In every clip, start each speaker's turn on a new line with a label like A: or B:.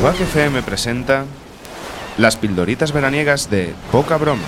A: Quack FM presenta las pildoritas veraniegas de Poca Broma.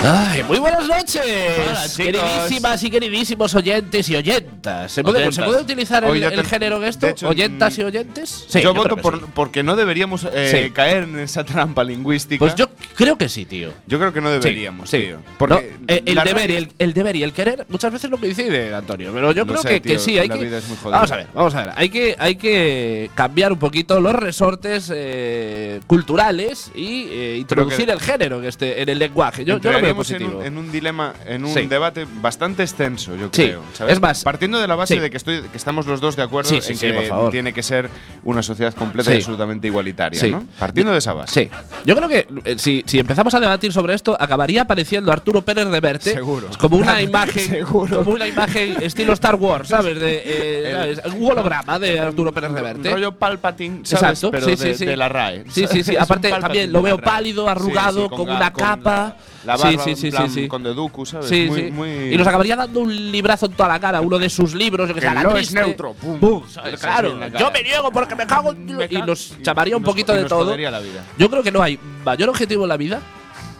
B: Ay, muy buenas noches,
C: Hola, chicos.
B: queridísimas y queridísimos oyentes y oyentas. ¿Se puede,
C: Oyentas.
B: ¿se puede utilizar el,
A: Hoy ya
B: el
A: te-
B: género esto?
A: de hecho,
B: ¿Oyentas
A: mm,
B: y oyentes? Sí,
A: yo,
B: creo
A: voto
B: que
A: por,
B: sí.
A: porque no deberíamos eh,
B: Sí.
A: caer en esa trampa lingüística.
B: Pues yo creo que sí, tío.
A: Yo creo que no
B: Sí,
A: deberíamos,
B: sí.
A: tío. Porque
B: No, eh, el,
A: la
B: deber, y
A: radio-
B: el, el deber y el querer muchas veces no coinciden, Antonio. Pero yo
A: No
B: creo
A: sé,
B: que, que
A: tío,
B: sí, hay
A: la
B: que.
A: vida es muy jodida.
B: vamos a ver, vamos a ver. Hay que, hay que cambiar un poquito los resortes eh, culturales y eh, introducir
A: que-
B: el género en, este, en el lenguaje. Yo, yo lo veo
A: entraríamos en
B: positivo.
A: un, en un dilema, en un
B: Sí.
A: debate bastante extenso, yo
B: Sí.
A: creo. ¿sabes?
B: Es más-
A: partiendo de la base
B: sí.
A: de que, estoy, que estamos los dos de acuerdo
B: Sí, sí,
A: en
B: sí,
A: que
B: por favor.
A: tiene que ser una sociedad completa y
B: Sí.
A: absolutamente igualitaria,
B: Sí.
A: ¿no? Partiendo de esa base.
B: Sí. Yo creo que eh, si, si empezamos a debatir sobre esto, acabaría apareciendo Arturo Pérez Reverte.
A: Seguro.
B: Como una imagen.
A: Seguro.
B: Como una imagen estilo Star Wars, ¿sabes? De, eh, ¿sabes? Un holograma de Arturo Pérez Reverte.
A: Rollo Palpatine, ¿sabes?
B: Exacto,
A: Pero
B: sí, sí,
A: de,
B: sí.
A: de la RAE.
B: Sí, sí, sí.
A: Es un
B: Aparte,
A: Palpatine
B: también lo
A: de la
B: veo
A: RAE.
B: pálido, arrugado, con
A: ga-
B: una
A: la-
B: capa.
A: La
B: Sí,
A: barba
B: sí,
A: en
B: sí, sí,
A: plan
B: sí.
A: con de Dooku, ¿sabes?
B: Sí,
A: muy,
B: sí.
A: muy…
B: Y nos acabaría dando un librazo en toda la cara, uno de sus libros, yo que,
A: Que
B: sea, La
A: no es
B: Triste.
A: neutro, pum.
B: ¿sabes?
A: Eso,
B: claro,
A: sí, en la cara.
B: yo me niego porque me cago en…
A: Me
B: Y
A: ca-
B: nos
A: y
B: chamaría un
A: nos-
B: poquito
A: y
B: de
A: nos
B: todo.
A: jodería la vida.
B: Yo creo que no hay mayor objetivo en la vida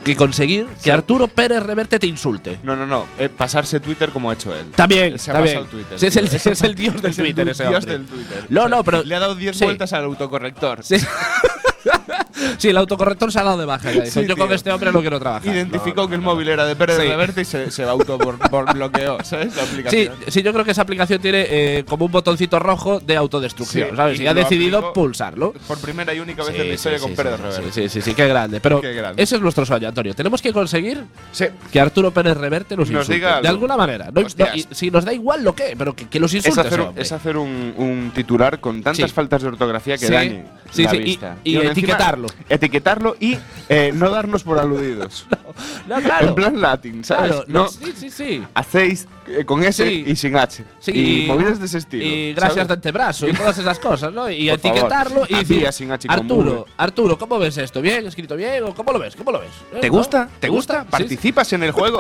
B: que conseguir que Arturo Pérez Reverte te insulte.
A: No, no, no. eh, pasarse Twitter como ha hecho él.
B: También,
A: Se ha
B: también.
A: pasado Twitter,
B: Sí, es, el,
A: tío.
B: es el dios del
A: Es el
B: Twitter, ese
A: dios
B: hombre.
A: del Twitter.
B: No, no, pero.
A: Le ha dado 10
B: sí.
A: vueltas al autocorrector.
B: Sí. Sí, el autocorrector se ha dado de baja. ya dice,
A: Sí,
B: Yo con
A: tío.
B: este hombre no quiero trabajar.
A: Identificó que el móvil era de Pérez
B: Sí.
A: de Reverte y se, se autobloqueó, ¿sabes? La
B: Sí,
A: aplicación.
B: sí, yo creo que esa aplicación tiene eh, como un botoncito rojo de autodestrucción,
A: Sí,
B: ¿sabes?
A: y
B: Y ha
A: lo
B: decidido
A: aplicó-
B: pulsarlo.
A: Por primera y única vez en la historia
B: sí,
A: con
B: sí,
A: Pérez
B: sí,
A: Reverte.
B: Sí, sí, sí, qué grande. Pero
A: Qué grande.
B: ese es nuestro sueño, Antonio. Tenemos que conseguir
A: Sí.
B: que Arturo Pérez Reverte nos,
A: Nos
B: insulte,
A: diga algo.
B: De alguna manera. No,
A: Hostias.
B: no, y si nos da igual lo que, pero que, que los
A: Es
B: insultes.
A: hacer, un, es hacer un, un titular con tantas
B: Sí.
A: faltas de ortografía que
B: Sí.
A: dañe
B: Sí,
A: la
B: sí, y-
A: vista.
B: y
A: aún encima,
B: etiquetarlo.
A: etiquetarlo y eh, no darnos por aludidos.
B: No, claro.
A: En plan latín, ¿sabes?
B: claro,
A: no,
B: no, Sí, sí, sí.
A: hacéis eh, con S
B: Sí.
A: y sin H.
B: Sí,
A: y movidas de ese estilo.
B: Y gracias
A: ¿sabes?
B: de antebrazo y todas esas cosas, ¿no? Y
A: Por favor.
B: etiquetarlo y
A: Hacía
B: decir,
A: sin H como
B: Arturo,
A: Google".
B: Arturo, ¿cómo ves esto? ¿Bien? ¿Escrito bien? ¿O ¿Cómo lo ves? ¿Cómo lo ves? ¿Eh?
A: ¿Te
B: ¿No?
A: gusta? ¿Te gusta?
B: Sí, sí.
A: ¿Participas en el juego?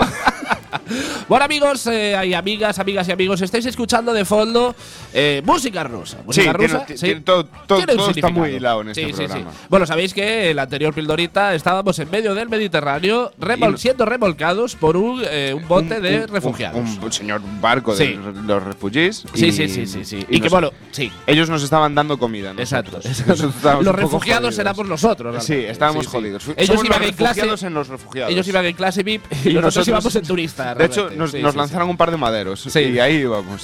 B: Bueno, amigos eh, y amigas, amigas y amigos, estáis escuchando de fondo eh, música rusa. Música
A: tiene-
B: rusa.
A: ti- tiene todo- todo-
B: Tiene un
A: todo está muy
B: significado.
A: hilado en este
B: Sí, sí, sí.
A: programa.
B: Bueno, sabéis que la anterior pildorita estábamos en medio del Mediterráneo remol-
A: Y-
B: siendo remolcados por un, eh, un bote
A: Un-
B: de
A: un-
B: refugiados.
A: Un, un señor barco de
B: Sí.
A: los refugiados.
B: sí, sí, sí, sí, sí. Y, que bueno, sí.
A: Ellos nos estaban dando comida, ¿no?
B: Exacto.
A: Nosotros estábamos
B: los
A: un poco
B: refugiados
A: jodidos.
B: éramos nosotros.
A: Sí,
B: realmente.
A: estábamos
B: Sí, sí.
A: jodidos. Fu-
B: Ellos
A: Somos
B: iban
A: los
B: en clase.
A: refugiados en los refugiados.
B: Ellos iban en clase VIP y, nosotros, íbamos en turista.
A: De hecho,
B: realmente.
A: nos,
B: Sí,
A: nos
B: sí, sí.
A: lanzaron un par de maderos
B: Sí.
A: y ahí íbamos.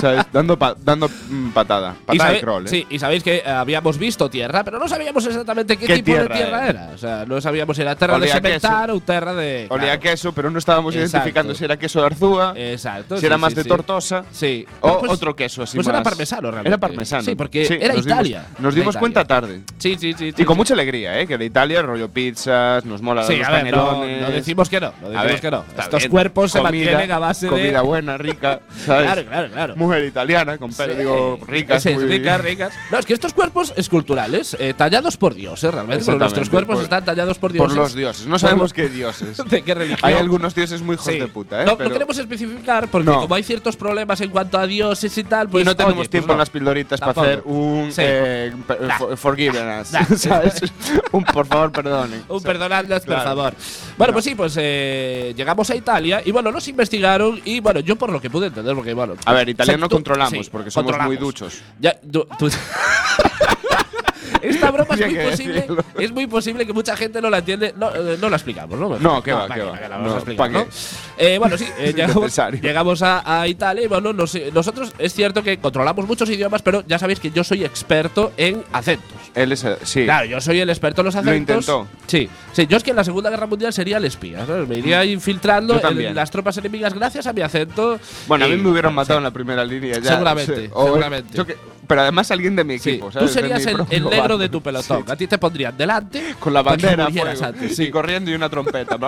A: ¿sabes? Dando, pa- dando mm, patada.
B: Y,
A: Patada
B: sabe-
A: de crawl, ¿eh?
B: sí, y sabéis que eh, habíamos visto tierra, pero no sabíamos exactamente qué,
A: ¿Qué
B: tipo
A: tierra
B: de tierra era? O sea, no sabíamos si era tierra
A: Olía
B: de
A: a queso.
B: cementar o tierra de.
A: Olía a
B: claro.
A: queso, pero no estábamos
B: Exacto. Eh,
A: identificando si era queso de arzúa,
B: Exacto.
A: si
B: sí,
A: era
B: sí,
A: más de
B: sí.
A: tortosa.
B: Sí.
A: O
B: Pues-
A: otro queso, así
B: Pues era
A: más-
B: parmesano, realmente.
A: Era parmesano.
B: Sí, porque era
A: nos dimos-
B: Italia.
A: nos
B: Era
A: dimos
B: Italia.
A: cuenta tarde.
B: Sí, sí, sí.
A: Y
B: sí,
A: con
B: sí.
A: mucha alegría, ¿eh? Que de Italia, rollo pizzas, nos mola
B: Sí,
A: los
B: a ver, no,
A: canelones.
B: no decimos que no. No
A: A
B: decimos
A: ver,
B: que no.
A: está
B: Estos
A: bien.
B: cuerpos se
A: Comida-
B: mantienen a base de.
A: Comida buena, rica, ¿sabes?
B: Claro, claro, claro.
A: Mujer italiana, con pelo,
B: Sí.
A: digo, ricas,
B: Sí,
A: muy
B: ricas, ricas. No, es que estos cuerpos esculturales, eh, tallados por dioses, realmente. porque
A: Exactamente,
B: Nuestros cuerpos
A: por-
B: están tallados por dioses.
A: Por los dioses. No
B: Por
A: sabemos
B: lo-
A: qué dioses.
B: ¿De qué religión?
A: Hay algunos dioses muy hijos
B: Sí.
A: de puta, ¿eh?
B: No, no
A: Pero-
B: queremos especificar porque
A: No.
B: como hay ciertos problemas en cuanto a dioses y tal, pues
A: y no tenemos
B: oye, pues
A: tiempo
B: no.
A: en las pildoritas para
B: Tampoco.
A: hacer un
B: Sí.
A: eh, per-
B: Nah.
A: for- forgiven us,
B: Nah.
A: ¿sabes? un por favor, perdonen.
B: Un
A: Sí.
B: perdonadnos,
A: Claro.
B: por favor. Bueno,
A: No.
B: pues sí, pues eh, llegamos a Italia y bueno, nos investigaron y bueno, yo por lo que pude entender, porque bueno.
A: A ver, italiano
B: o sea, tú-
A: controlamos,
B: sí,
A: porque somos
B: controlamos.
A: muy duchos.
B: Ya, tú- tú- Esta broma es
A: Había
B: muy,
A: que
B: posible,
A: decirlo.
B: es muy posible que mucha gente no la entiende. No, eh, no la explicamos, ¿no?
A: No, qué va,
B: pa'
A: qué va.
B: pa' la vamos
A: No,
B: a explicar,
A: pa'
B: ¿no?
A: qué.
B: Eh, bueno, sí, eh,
A: Es
B: llegamos,
A: innecesario.
B: llegamos a, a Italia y bueno, nos- nosotros es cierto que controlamos muchos idiomas, pero ya sabéis que yo soy experto en acentos.
A: Él es, eh, sí.
B: Claro, yo soy el experto en los
A: Lo
B: acentos.
A: intentó.
B: Sí. sí. Yo es que en la Segunda Guerra Mundial sería el espía. ¿sabes? Me iría
A: Yo
B: infiltrando
A: también.
B: en las tropas enemigas gracias a mi acento.
A: Bueno, a mí
B: Y-
A: me hubieran
B: sí.
A: matado en la primera línea ya.
B: Seguramente,
A: no sé.
B: seguramente.
A: yo que- pero además alguien de mi
B: Sí.
A: equipo,
B: Tú
A: ¿sabes? De
B: serías
A: mi
B: el, el
A: propio
B: negro
A: bando.
B: de tu pelotón.
A: Sí.
B: A ti te pondrían delante.
A: Con la
B: para que
A: bandera pues, a
B: murieras
A: fuego,
B: antes,
A: y
B: sí.
A: corriendo y una trompeta.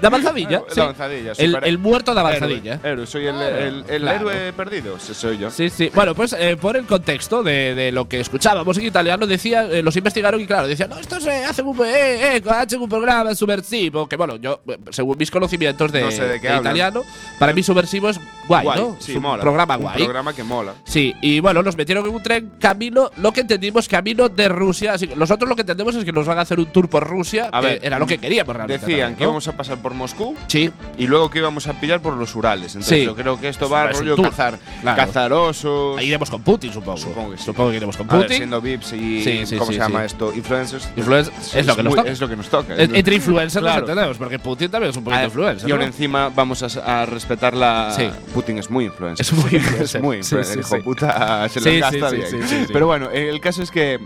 B: de Avanzadilla.
A: De
B: sí.
A: Avanzadilla, sí,
B: el,
A: para-
B: el muerto de Avanzadilla.
A: Ah, Héroe, héroe, soy el,
B: ¿eh? Claro,
A: el- el
B: claro.
A: héroe perdido, ese soy yo.
B: Sí, sí. Bueno, pues eh, por el contexto de, de lo que escuchábamos en italiano, decía, eh, los investigaron y claro, decían, no, esto se hace un, eh, eh, hace un programa subversivo. Que bueno, yo, eh, según mis conocimientos de,
A: No sé de qué hablan.
B: italiano, para mí subversivo es guay,
A: Guay,
B: ¿no?
A: sí,
B: Es un
A: mola.
B: programa
A: Un
B: guay.
A: programa que mola.
B: Sí, y bueno, nos metieron en un tren camino, lo que entendimos, camino de Rusia. Así que nosotros lo que entendemos es que nos van a hacer un tour por Rusia,
A: A
B: que
A: ver,
B: Eh,
A: mm,
B: era lo que queríamos realmente.
A: Decían
B: también,
A: que
B: ¿no?
A: íbamos a pasar por Moscú
B: Sí,
A: y luego que íbamos a pillar por los Urales. Entonces
B: Sí.
A: yo creo que esto va a
B: Es un
A: rollo
B: tour,
A: cazar,
B: claro.
A: cazar osos.
B: ahí iremos con Putin, supongo.
A: Supongo que sí.
B: que iremos con
A: A ver,
B: Putin.
A: siendo VIPs y
B: Sí, sí,
A: ¿cómo
B: sí,
A: se llama
B: sí.
A: esto? Influencers.
B: Influencer- es lo que nos
A: muy-
B: toca.
A: Es lo que nos toca.
B: En- Entre influencers
A: Claro.
B: nos entendemos, porque Putin también es un
A: A
B: poquito
A: ver,
B: influencer.
A: Y ahora
B: ¿no?
A: encima vamos a, a respetar la.
B: Sí.
A: Putin es muy influencer.
B: Es muy influencer.
A: es muy
B: Sí,
A: influencer. hijo
B: sí, sí.
A: puta, se
B: Sí,
A: lo
B: sí,
A: gasta
B: sí,
A: bien.
B: sí, sí, sí.
A: Pero bueno, eh, el caso es que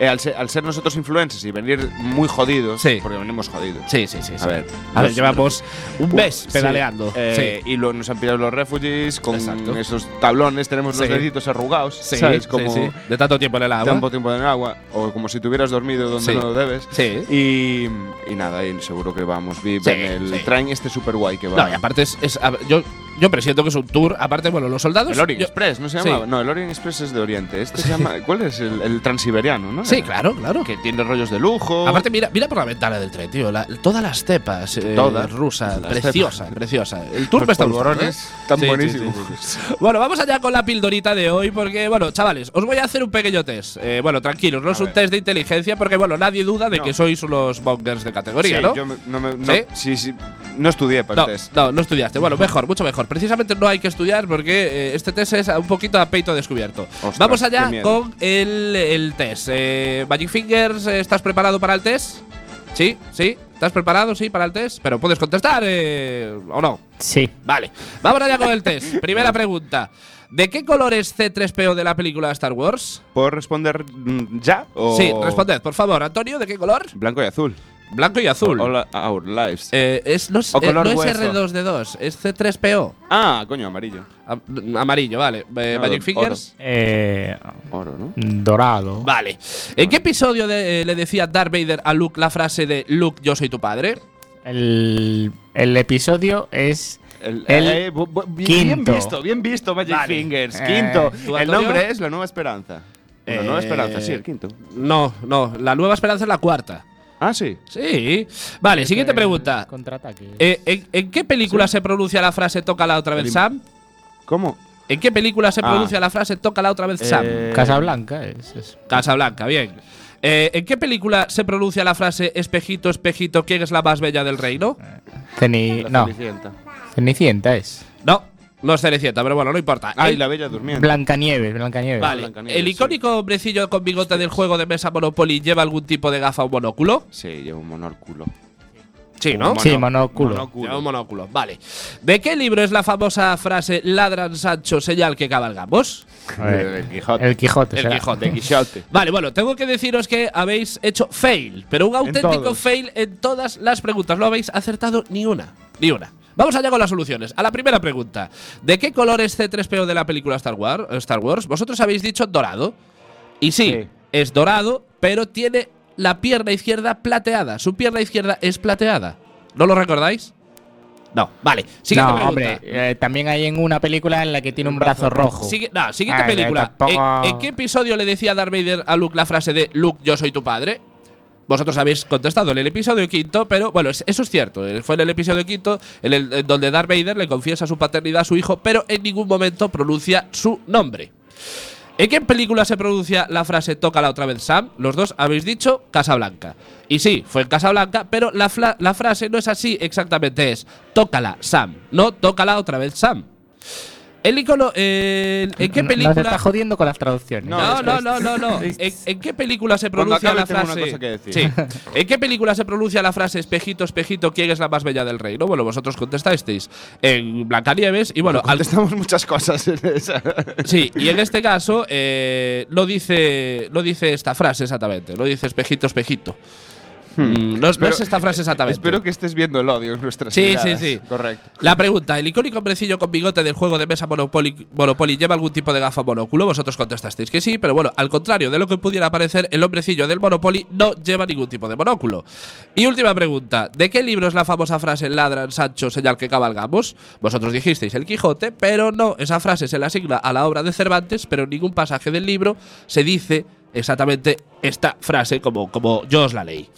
A: eh, al, ser, al ser nosotros influencers y venir muy jodidos,
B: Sí.
A: porque venimos jodidos.
B: Sí, sí, sí. sí.
A: A ver,
B: A ver,
A: nos-
B: llevamos un mes pedaleando.
A: Eh,
B: Sí.
A: Y luego nos han pillado los refugees con
B: Exacto.
A: esos tablones, tenemos los
B: Sí.
A: deditos arrugados,
B: Sí,
A: ¿sabes?
B: sí,
A: Como
B: sí. De tanto tiempo en el agua.
A: tanto tiempo en el agua, o como si tuvieras dormido donde
B: Sí.
A: no debes.
B: Sí.
A: Y, y nada, y seguro que vamos VIP
B: Sí,
A: en el
B: sí.
A: tren este super guay que va.
B: No, y aparte es. es- a ver, yo, yo presiento que es un tour. Aparte, bueno, los soldados.
A: El Orient
B: pues, yo-
A: Express, ¿no se
B: sí.
A: llama? No, el Orient Express es de Oriente. Este se llama. ¿Cuál es? El, el transiberiano, ¿no?
B: sí, claro, claro.
A: Que tiene rollos de lujo.
B: Aparte, mira, mira por la ventana del tren, tío. la- todas las cepas. eh,
A: Todas.
B: Rusa.
A: Las
B: preciosa, preciosa. El tour me está gustando,
A: polvorones
B: ¿eh?
A: tan
B: Sí, sí,
A: buenísimos.
B: sí, sí, sí. Bueno, vamos allá con la pildorita de hoy, porque, bueno, chavales, os voy a hacer un pequeño test. Eh, bueno, tranquilos, no es
A: A
B: un
A: ver.
B: test de inteligencia, porque, bueno, nadie duda de
A: No.
B: que sois los bongers de categoría,
A: Sí,
B: ¿no?
A: yo me- no me- no-
B: ¿Sí?
A: ¿Sí? sí, No estudié para
B: No,
A: el test.
B: no, no estudiaste. Bueno, mejor, mucho mejor. Precisamente no hay que estudiar porque eh, este test es un poquito a peito descubierto.
A: Ostras,
B: Vamos
A: qué
B: allá
A: miedo.
B: con el, el test. Eh, Magic Fingers, eh, ¿estás preparado para el test? Sí, sí. ¿Estás preparado, sí, para el test? Pero puedes contestar eh, o no.
C: Sí.
B: Vale, vamos allá con el test. Primera pregunta. ¿De qué color es C3PO de la película Star Wars?
A: ¿Puedo responder mm, ya? O
B: Sí, responded, por favor. Antonio, ¿de qué color?
A: Blanco y azul.
B: Blanco y azul.
A: All our lives.
B: Eh, es, no es,
A: O
B: eh,
A: color
B: no es
A: hueso.
B: R2D2, es C3PO.
A: Ah, coño, amarillo.
B: Am- Amarillo, vale. Eh,
A: No, oro.
B: Magic Fingers.
C: Eh,
A: Oro, ¿no?
C: dorado.
B: Vale. ¿En qué episodio de- eh, le decía Darth Vader a Luke la frase de Luke, yo soy tu padre?
C: El, el episodio es.
A: El,
C: El
A: eh, bu- bu- bien, bien
C: quinto.
A: visto, bien visto, Magic
B: Vale.
A: Fingers.
C: Eh,
A: Quinto.
B: ¿tú,
A: el
B: Antonio?
A: nombre es La Nueva Esperanza. La
B: Eh,
A: Nueva Esperanza, sí, el quinto.
B: No, no. La nueva esperanza es la cuarta.
A: Ah, sí.
B: Sí. Vale, siguiente
C: el
B: pregunta.
C: Contraataque.
B: Eh, ¿en, en qué película se pronuncia la frase toca la otra vez
A: El-
B: Sam?
A: ¿Cómo?
B: ¿En qué película se
A: Ah.
B: pronuncia la frase toca la otra vez Sam?
A: Eh,
C: Casablanca es. es.
B: Casablanca, bien. Eh, ¿En qué película se pronuncia la frase espejito, espejito, quién es la más bella del reino?
C: Ceni-
A: La
C: no,
A: Cenicienta.
C: Cenicienta es.
B: No, no es Cenicienta, pero bueno, no importa.
A: Ay,
B: El-
A: la Bella Durmiente.
C: Blancanieves, Blancanieves.
B: Vale,
A: Blancanieves,
B: ¿el
A: sí.
B: icónico hombrecillo con bigote del juego de mesa Monopoly lleva algún tipo de gafa o monóculo?
A: Sí, lleva un monóculo.
B: Sí, ¿no?
C: Sí, monóculo.
B: Lleva un monóculo, vale. ¿De qué libro es la famosa frase ladran Sancho, señal que cabalgamos?
C: A ver,
A: El Quijote.
C: El Quijote.
B: El
C: será.
B: Quijote.
A: De Quijote.
B: Vale, bueno, tengo que deciros que habéis hecho fail, pero un auténtico
C: todos.
B: fail en todas las preguntas. No habéis acertado ni una, ni una. Vamos allá con las soluciones. A la primera pregunta. ¿De qué color es C3PO de la película Star Wars? Star Wars? Vosotros habéis dicho dorado. Y sí,
A: Sí.
B: es dorado, pero tiene la pierna izquierda plateada. Su pierna izquierda es plateada. ¿No lo recordáis? No, vale. Siguiente
C: No,
B: pregunta.
C: hombre, eh, también hay en una película en la que tiene un brazo rojo.
B: Sigue- no, siguiente
C: Ah,
B: película. Eh,
C: tampoco-
B: ¿En, en qué episodio le decía Darth Vader a Luke la frase de Luke, yo soy tu padre? Vosotros habéis contestado en el episodio quinto, pero bueno, es- eso es cierto. eh, Fue en el episodio quinto en el- en donde Darth Vader le confiesa su paternidad a su hijo, pero en ningún momento pronuncia su nombre. ¿En qué película se pronuncia la frase Tócala otra vez, Sam? Los dos habéis dicho Casablanca. Y sí, fue en Casablanca, pero la, fla- la frase no es así exactamente, es Tócala, Sam. No, Tócala otra vez, Sam. El icono. eh, ¿En qué
C: No-
B: película.?
C: Nos está jodiendo con las traducciones.
B: No, no, no, no, no. ¿En, en qué película se pronuncia
A: acabe
B: la
A: tengo una
B: frase?
A: cosa que decir.
B: Sí. ¿En qué película se pronuncia la frase espejito, espejito, quién es la más bella del reino? Bueno, vosotros contestasteis en Blancanieves y bueno, al-
A: Contestamos muchas cosas en esa.
B: sí, y en este caso eh, no dice no dice esta frase exactamente, no dice espejito, espejito. Mm, No, es- no
A: Espero-
B: es esta frase exactamente.
A: Espero que estés viendo el odio en nuestras
B: Sí, sí,
A: miradas.
B: sí.
A: Correcto.
B: La pregunta: ¿el icónico hombrecillo con bigote del juego de mesa Monopoly, Monopoly lleva algún tipo de gafa monóculo? Vosotros contestasteis que sí, pero bueno, al contrario de lo que pudiera parecer, el hombrecillo del Monopoly no lleva ningún tipo de monóculo. Y última pregunta: ¿de qué libro es la famosa frase ladran Sancho, señal que cabalgamos? Vosotros dijisteis el Quijote, pero no, esa frase se le asigna a la obra de Cervantes, pero en ningún pasaje del libro se dice exactamente esta frase como, como yo os la leí.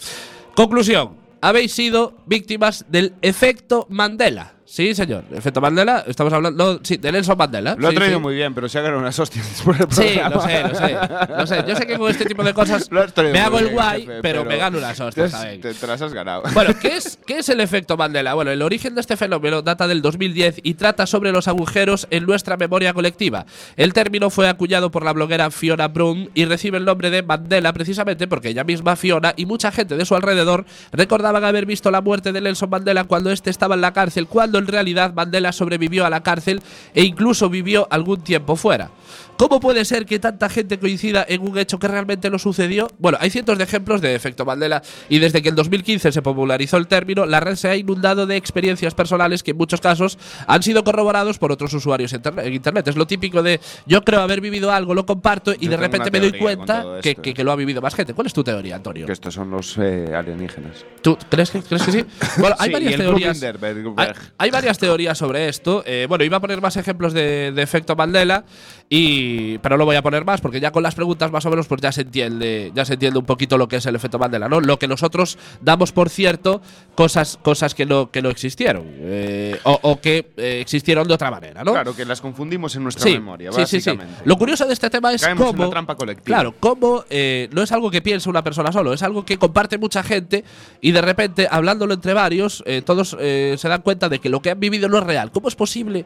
B: Conclusión. Habéis sido víctimas del efecto Mandela. Sí, señor. Efecto Mandela. Estamos hablando no, sí, de Nelson Mandela.
A: Lo ha
B: Sí,
A: traído
B: sí.
A: muy bien, pero se ha ganado unas hostias después del
B: Sí,
A: programa.
B: lo sé, lo sé, lo sé. Yo sé que con este tipo de cosas
A: Lo has traído
B: me
A: muy
B: hago el
A: bien,
B: guay,
A: jefe,
B: pero me gano unas
A: te,
B: hostias
A: has-
B: también.
A: te- te las has ganado.
B: Bueno, ¿qué es, ¿qué es el efecto Mandela? Bueno, el origen de este fenómeno data del 2010 y trata sobre los agujeros en nuestra memoria colectiva. El término fue acuñado por la bloguera Fiona Broom y recibe el nombre de Mandela precisamente porque ella misma, Fiona, y mucha gente de su alrededor recordaban haber visto la muerte de Nelson Mandela cuando este estaba en la cárcel, cuando en realidad Mandela sobrevivió a la cárcel e incluso vivió algún tiempo fuera. ¿Cómo puede ser que tanta gente coincida en un hecho que realmente no sucedió? Bueno, hay cientos de ejemplos de efecto Mandela y desde que en 2015 se popularizó el término, la red se ha inundado de experiencias personales que en muchos casos han sido corroborados por otros usuarios interne- en Internet. Es lo típico de yo creo haber vivido algo, lo comparto y
A: Yo
B: de
A: tengo
B: repente
A: una
B: me doy
A: teoría con
B: cuenta
A: todo
B: que,
A: esto,
B: que-
A: ¿eh?
B: que lo ha vivido más gente. ¿Cuál es tu teoría, Antonio?
A: Que estos son los eh, alienígenas.
B: ¿Tú crees que, crees que sí? Bueno, hay
A: Sí,
B: varias
A: y el
B: teorías.
A: Gutenberg.
B: Hay, hay varias teorías sobre esto. Eh, bueno, iba a poner más ejemplos de, de efecto Mandela, y, pero no voy a poner más porque ya con las preguntas más o menos pues ya se entiende, ya se entiende un poquito lo que es el efecto Mandela, ¿no? Lo que nosotros damos por cierto cosas, cosas que no que no existieron eh, o, o que eh, existieron de otra manera, ¿no?
A: Claro, que las confundimos en nuestra memoria,
B: sí, sí, sí.
A: básicamente.
B: Lo curioso de este tema es
A: Caemos en
B: cómo.
A: una trampa colectiva.
B: Claro, cómo eh, no es algo que piense una persona solo, es algo que comparte mucha gente y de repente, hablándolo entre varios, eh, todos eh, se dan cuenta de que lo que han vivido no es real. ¿Cómo es posible?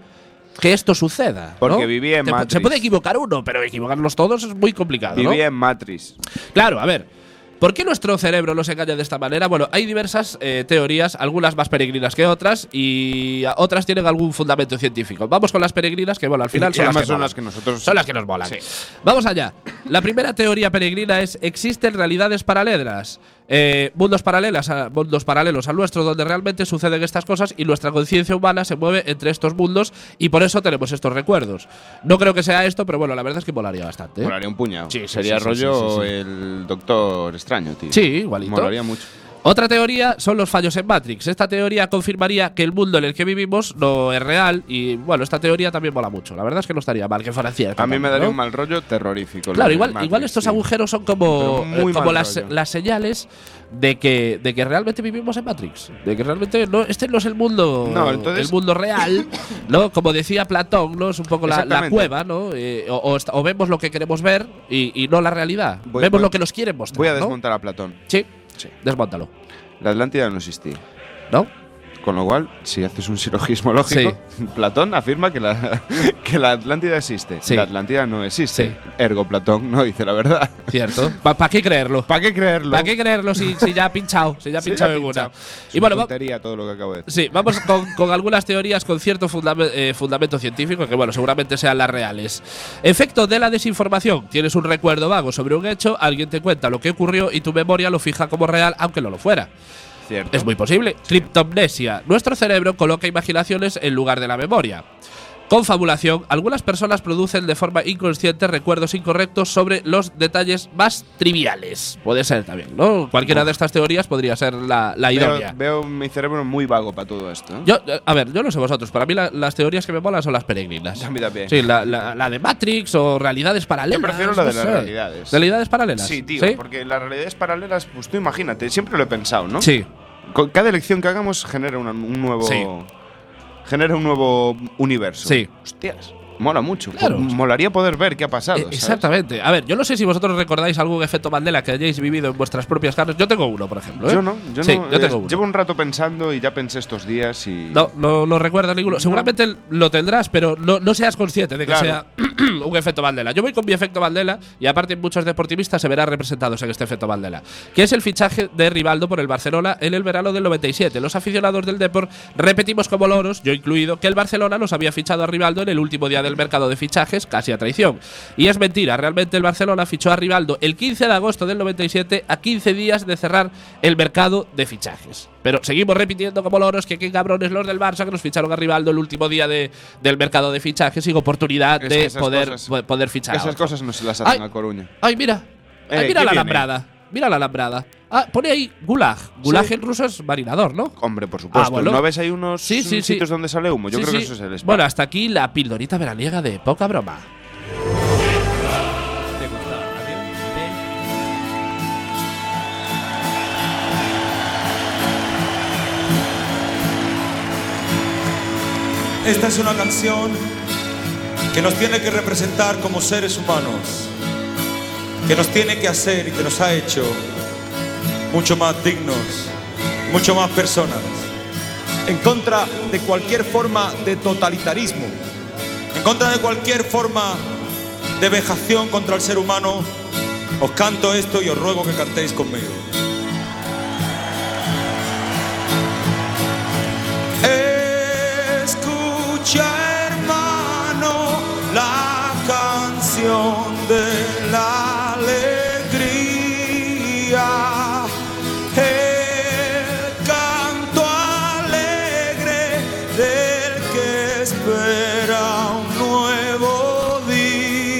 B: Que esto suceda.
A: Porque
B: ¿no?
A: viví en
B: Te- Se
A: Matrix.
B: puede equivocar uno, pero equivocarnos todos es muy complicado. ¿no?
A: Vivía en Matrix.
B: Claro, a ver. ¿Por qué nuestro cerebro nos engaña de esta manera? Bueno, hay diversas eh, teorías, algunas más peregrinas que otras, y a- otras tienen algún fundamento científico. Vamos con las peregrinas, que bueno, al final
A: Y
B: son, las
A: además
B: que,
A: son
B: molan.
A: las que nosotros-
B: Son las que nos molan. Vamos allá. La primera teoría peregrina es: existen realidades paralelas. eh, mundos, paralelas a- mundos paralelos al nuestro donde realmente suceden estas cosas y nuestra conciencia humana se mueve entre estos mundos y por eso tenemos estos recuerdos. No creo que sea esto, pero bueno, la verdad es que molaría bastante. ¿eh?
A: Molaría un puñado.
B: Sí, sí,
A: Sería
B: sí, sí,
A: rollo
B: sí, sí, sí.
A: el Doctor Extraño, tío.
B: Sí, igualito.
A: Molaría mucho.
B: Otra teoría son los fallos en Matrix. Esta teoría confirmaría que el mundo en el que vivimos no es real y bueno, esta teoría también mola mucho. La verdad es que no estaría mal que fuera cierta.
A: A mí me daría
B: ¿no?
A: un mal rollo terrorífico. lo
B: Claro,
A: de
B: igual,
A: Matrix,
B: igual estos
A: sí.
B: agujeros son como,
A: Pero muy
B: eh, como
A: mal
B: las,
A: rollo.
B: las señales de que, de que realmente vivimos en Matrix. De que realmente no, este no es el mundo,
A: No, entonces-
B: el mundo real, ¿no? Como decía Platón, ¿no? Es un poco la, la
A: Exactamente.
B: cueva, ¿no? Eh, o, o est- o vemos lo que queremos ver y, y no la realidad.
A: Voy-
B: vemos
A: voy-
B: lo que nos quieren mostrar.
A: Voy a
B: ¿no?
A: desmontar a Platón.
B: Sí,
A: Sí.
B: desmontalo.
A: La Atlántida no existía.
B: ¿No?
A: Con lo cual, si haces un silogismo lógico, Platón afirma que la, que la Atlántida existe.
B: Sí.
A: La Atlántida no existe.
B: Sí.
A: Ergo, Platón no dice la verdad.
B: Cierto. ¿Para qué creerlo?
A: ¿Para qué creerlo?
B: ¿Para qué creerlo si, si ya ha pinchado? Si ya ha
A: Sí,
B: pinchado
A: ha
B: alguna.
A: pinchado. Es
B: Y
A: una
B: bueno, va-
A: tontería todo lo que acabo de decir.
B: sí, vamos con, con algunas teorías con cierto fundame- eh, fundamento científico, que bueno, seguramente sean las reales. Efecto de la desinformación. Tienes un recuerdo vago sobre un hecho, alguien te cuenta lo que ocurrió y tu memoria lo fija como real, aunque no lo fuera.
A: Cierto.
B: Es muy posible. Criptomnesia. Nuestro cerebro coloca imaginaciones en lugar de la memoria. Confabulación. Algunas personas producen de forma inconsciente recuerdos incorrectos sobre los detalles más triviales. Puede ser también, ¿no? Cualquiera de estas teorías podría ser la, la
A: Veo,
B: idónea.
A: veo mi cerebro muy vago para todo esto. ¿eh?
B: Yo, eh, a ver, yo no sé vosotros, para mí la- las teorías que me molan son las peregrinas.
A: A mí también.
B: Sí, la, la- la de Matrix o realidades paralelas.
A: prefiero la de
B: no
A: las
B: sé.
A: realidades.
B: ¿Realidades paralelas?
A: Sí, tío, porque las realidades paralelas, pues tú imagínate, siempre lo he pensado, ¿no?
B: Sí.
A: Con cada elección que hagamos genera una- un nuevo.
B: Sí.
A: Genera un nuevo universo.
B: Sí.
A: Hostias. Mola mucho.
B: Claro.
A: Po- Molaría poder ver qué ha pasado.
B: Eh,
A: ¿sabes?
B: Exactamente. A ver, yo no sé si vosotros recordáis algún efecto Mandela que hayáis vivido en vuestras propias carnes. Yo tengo uno, por ejemplo. ¿eh?
A: Yo no, yo
B: sí,
A: no.
B: Yo
A: eh,
B: tengo uno.
A: Llevo un rato pensando y ya pensé estos días y.
B: No, no, no recuerdas ninguno. Seguramente lo tendrás, pero no, no seas consciente de que
A: Claro.
B: sea un efecto Mandela. Yo voy con mi efecto Mandela y aparte muchos deportivistas se verán representados en este efecto Mandela, que es el fichaje de Rivaldo por el Barcelona en el verano del 97. Los aficionados del Depor repetimos como loros, yo incluido, que el Barcelona nos había fichado a Rivaldo en el último día del mercado de fichajes casi a traición. Y es mentira, realmente el Barcelona fichó a Rivaldo el 15 de agosto del 97 a 15 días de cerrar el mercado de fichajes. Pero seguimos repitiendo como loros que qué cabrones los del Barça que nos ficharon a Rivaldo el último día de- del mercado de fichajes sin oportunidad
D: Es-
B: de
D: esas
B: poder,
D: cosas-
B: po- poder fichar. a
D: Esas
B: otro.
D: cosas no se las hacen
B: Ay.
D: a Coruña.
B: Ay, mira.
D: Eh,
B: Ay, mira
D: ¿qué
B: la
D: viene?
B: alambrada. Mira la alambrada. Ah, pone ahí gulag. Gulag
D: Sí.
B: en ruso es marinador, ¿no?
D: Hombre, por supuesto.
B: Ah, bueno.
D: ¿No ves ahí unos
B: Sí, sí,
D: mm,
B: sí.
D: sitios donde sale humo? Yo
B: Sí,
D: creo que
B: sí.
D: eso es el spa.
B: Bueno, hasta aquí la pildorita veraniega de poca broma.
E: Esta es una canción que nos tiene que representar como seres humanos, que nos tiene que hacer y que nos ha hecho mucho más dignos, mucho más personas, en contra de cualquier forma de totalitarismo, en contra de cualquier forma de vejación contra el ser humano. Os canto esto y os ruego que cantéis conmigo. Escucha, hermano, la canción de la